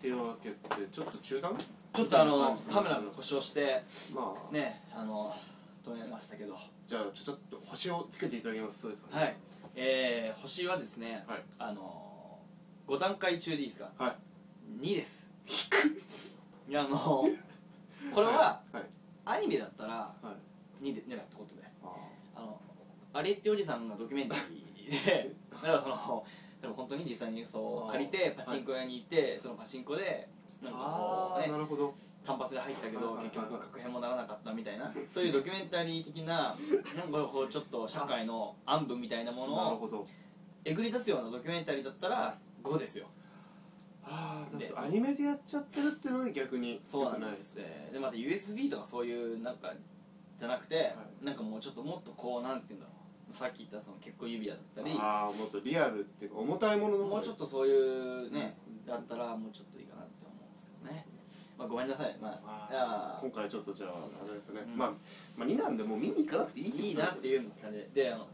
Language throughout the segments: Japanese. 手を開けてちょっと中断ちょっとあのカメラが故障してまあ、ねあの止めましたけどはじゃあちょっと星をつけていただきますそうですいえー、星はですね、はいあの5段階中でいいですかはい2ですいやあのこれははい、はいアニメだったらはい2で狙ったことでああのあれっておじさんのドキュメンタリー でだからそのでも本当に実際にそあうー借りてパチンコ屋に行って、そのパチンコでなんかあこうーねなるほど単発で入ったけどはいはいはい結局確変もならなかったみたいなそういうドキュメンタリー的ななんかこうちょっと社会の暗部みたいなものなるをほどえぐり出すようなドキュメンタリーだったら5ですよああだっでてアニメでやっちゃってるっていうのは逆にそうなん良くですででまた USB とかそういうなんかじゃなくて、なんかもうちょっともっとこうなんて言うんだろうさっき言ったその結婚指輪だったりああもっとリアルっていうか重たいものの方もうちょっとそういうねだったらもうちょっといいかなって思うんですけどね、まあ、ごめんなさいまあいあやー今回ちょっとじゃああれですね、うんまあまあ2なんでもう見に行かなくていいってこといいなっていう感じであの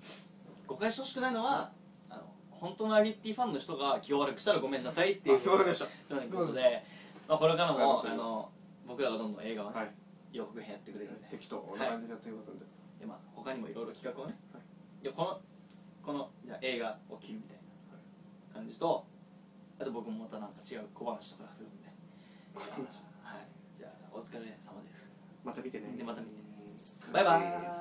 誤解してほしくないのはあの本当のアリティファンの人が気を悪くしたらごめんなさいっていうあすいませんでしたすいませんことで、まあ、これからもはいあの僕らがどんどん映画をね、はい予告編やってくれるんで適当な感じでやってみますんで、で、まあ、他にもいろいろ企画をね、はいでこのこのじゃあ映画を切るみたいな感じとあと僕もまたなんか違う小話とかするんで話はいじゃあお疲れ様ですまた見てねでまた見てバイバーイ